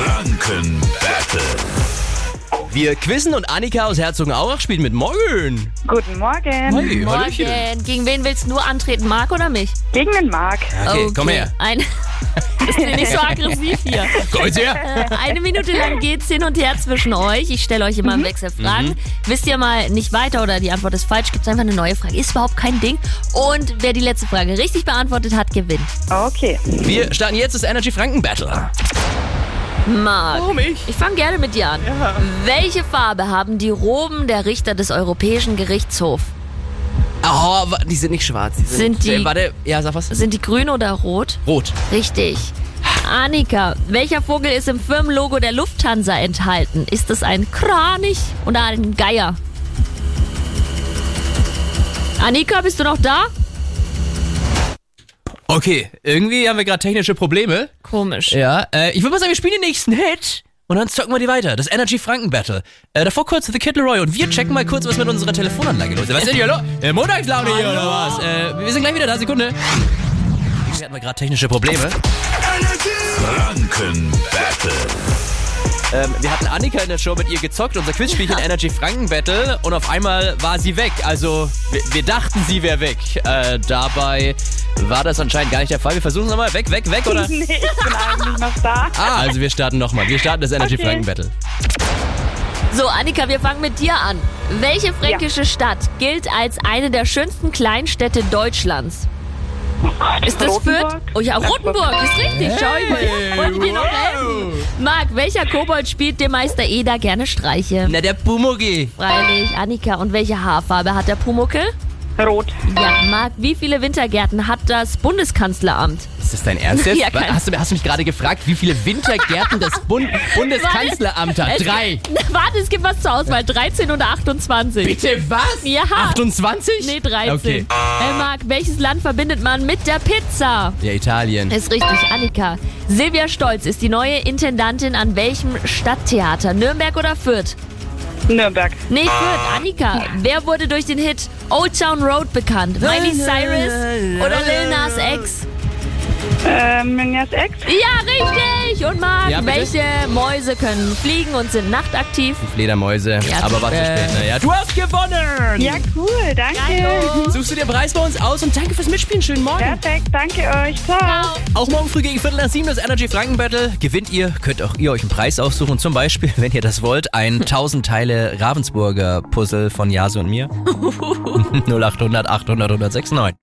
Open Battle. Wir quizzen und Annika aus Herzogenaurach spielt mit Morgen. Guten Morgen. Hey, Hallöchen. Morgen. Gegen wen willst du antreten? Marc oder mich? Gegen den Marc. Okay, komm her. Ein ist mir nicht so aggressiv hier. Komm jetzt her. Eine Minute lang geht's hin und her zwischen euch. Ich stelle euch immer Mhm. im Wechsel Fragen. Wisst ihr mal nicht weiter oder die Antwort ist falsch, gibt's einfach eine neue Frage. Ist überhaupt kein Ding. Und wer die letzte Frage richtig beantwortet hat, gewinnt. Okay. Wir starten jetzt das Energy Franken Battle. Marc. Warum ich? Ich fange gerne mit dir an. Welche Farbe haben die Roben der Richter des Europäischen Gerichtshofs? Oh, wa- die sind nicht schwarz. Die sind, Sind die- Äh, Warte, ja, sag was. Sind die grün oder rot? Rot. Richtig. Annika, welcher Vogel ist im Firmenlogo der Lufthansa enthalten? Ist es ein Kranich oder ein Geier? Annika, bist du noch da? Okay, irgendwie haben wir gerade technische Probleme. Komisch. Ja, äh, ich würde mal sagen, wir spielen den nächsten Hit und dann zocken wir die weiter. Das Energy Franken Battle. Äh, davor kurz The Kid Leroy und wir checken mal kurz, was mit unserer Telefonanlage los ist. Was ist denn hier los? Äh, Montagslaune hier oder was? Äh, wir sind gleich wieder da, Sekunde. Irgendwie hatten wir gerade technische Probleme. Franken Battle. Ähm, wir hatten Annika in der Show mit ihr gezockt, unser Quizspielchen Energy Franken Battle und auf einmal war sie weg. Also wir, wir dachten, sie wäre weg. Äh, dabei war das anscheinend gar nicht der Fall. Wir versuchen es nochmal. Weg, weg, weg oder? Nee, ich bin eigentlich noch da. Ah, also wir starten nochmal. Wir starten das Energy Okay. Franken Battle. So, Annika, wir fangen mit dir an. Welche fränkische Stadt gilt als eine der schönsten Kleinstädte Deutschlands? Oh Gott, Ist das Fürth? Rotenburg? Oh ja, Rotenburg, ist richtig. Schau ich mal. Wollte ich dir noch wow. helfen? Marc, welcher Kobold spielt dem Meister Eder gerne Streiche? Na, der Bumugi. Freilich, Annika. Und welche Haarfarbe hat der Pumuckel? Rot. Ja, Marc, wie viele Wintergärten hat das Bundeskanzlerneramt? Ist das dein Ernst jetzt? Ja, Was- kein- hast, du, hast du mich gerade gefragt, wie viele Wintergärten das Bund Bundeskanzleramt hat? Es- Ah, Drei. Warte, es gibt was zur Auswahl. 13 oder 28. Bitte was? Ja. 28? Nee, 13. Okay. Äh, Marc, welches Land verbindet man mit der Pizza? Ja, Italien. Ist richtig, Annika. Silvia Stolz ist die neue Intendantin an welchem Stadttheater? Nürnberg oder Fürth? Nürnberg. Nee, Fürth. Annika, wer wurde durch den Hit Old Town Road bekannt? Miley Cyrus oder Lil Nas X? Ähm, Minias Ex. Ja, richtig! Und Marc, Ja, bitte? welche Mäuse können fliegen und sind nachtaktiv? Fledermäuse. Ja, Aber war zu äh. spät. Naja, du hast gewonnen. Ja, cool. Danke. Hallo. Suchst du dir einen Preis bei uns aus und danke fürs Mitspielen. Schönen Morgen. Perfekt. Danke euch. Ciao. Auch morgen früh gegen Viertel nach sieben das Energy Franken Battle. Gewinnt ihr, könnt auch ihr euch einen Preis aussuchen. Zum Beispiel, wenn ihr das wollt, ein 1000 Teile Ravensburger Puzzle von Jase und mir. 0800 800 1069.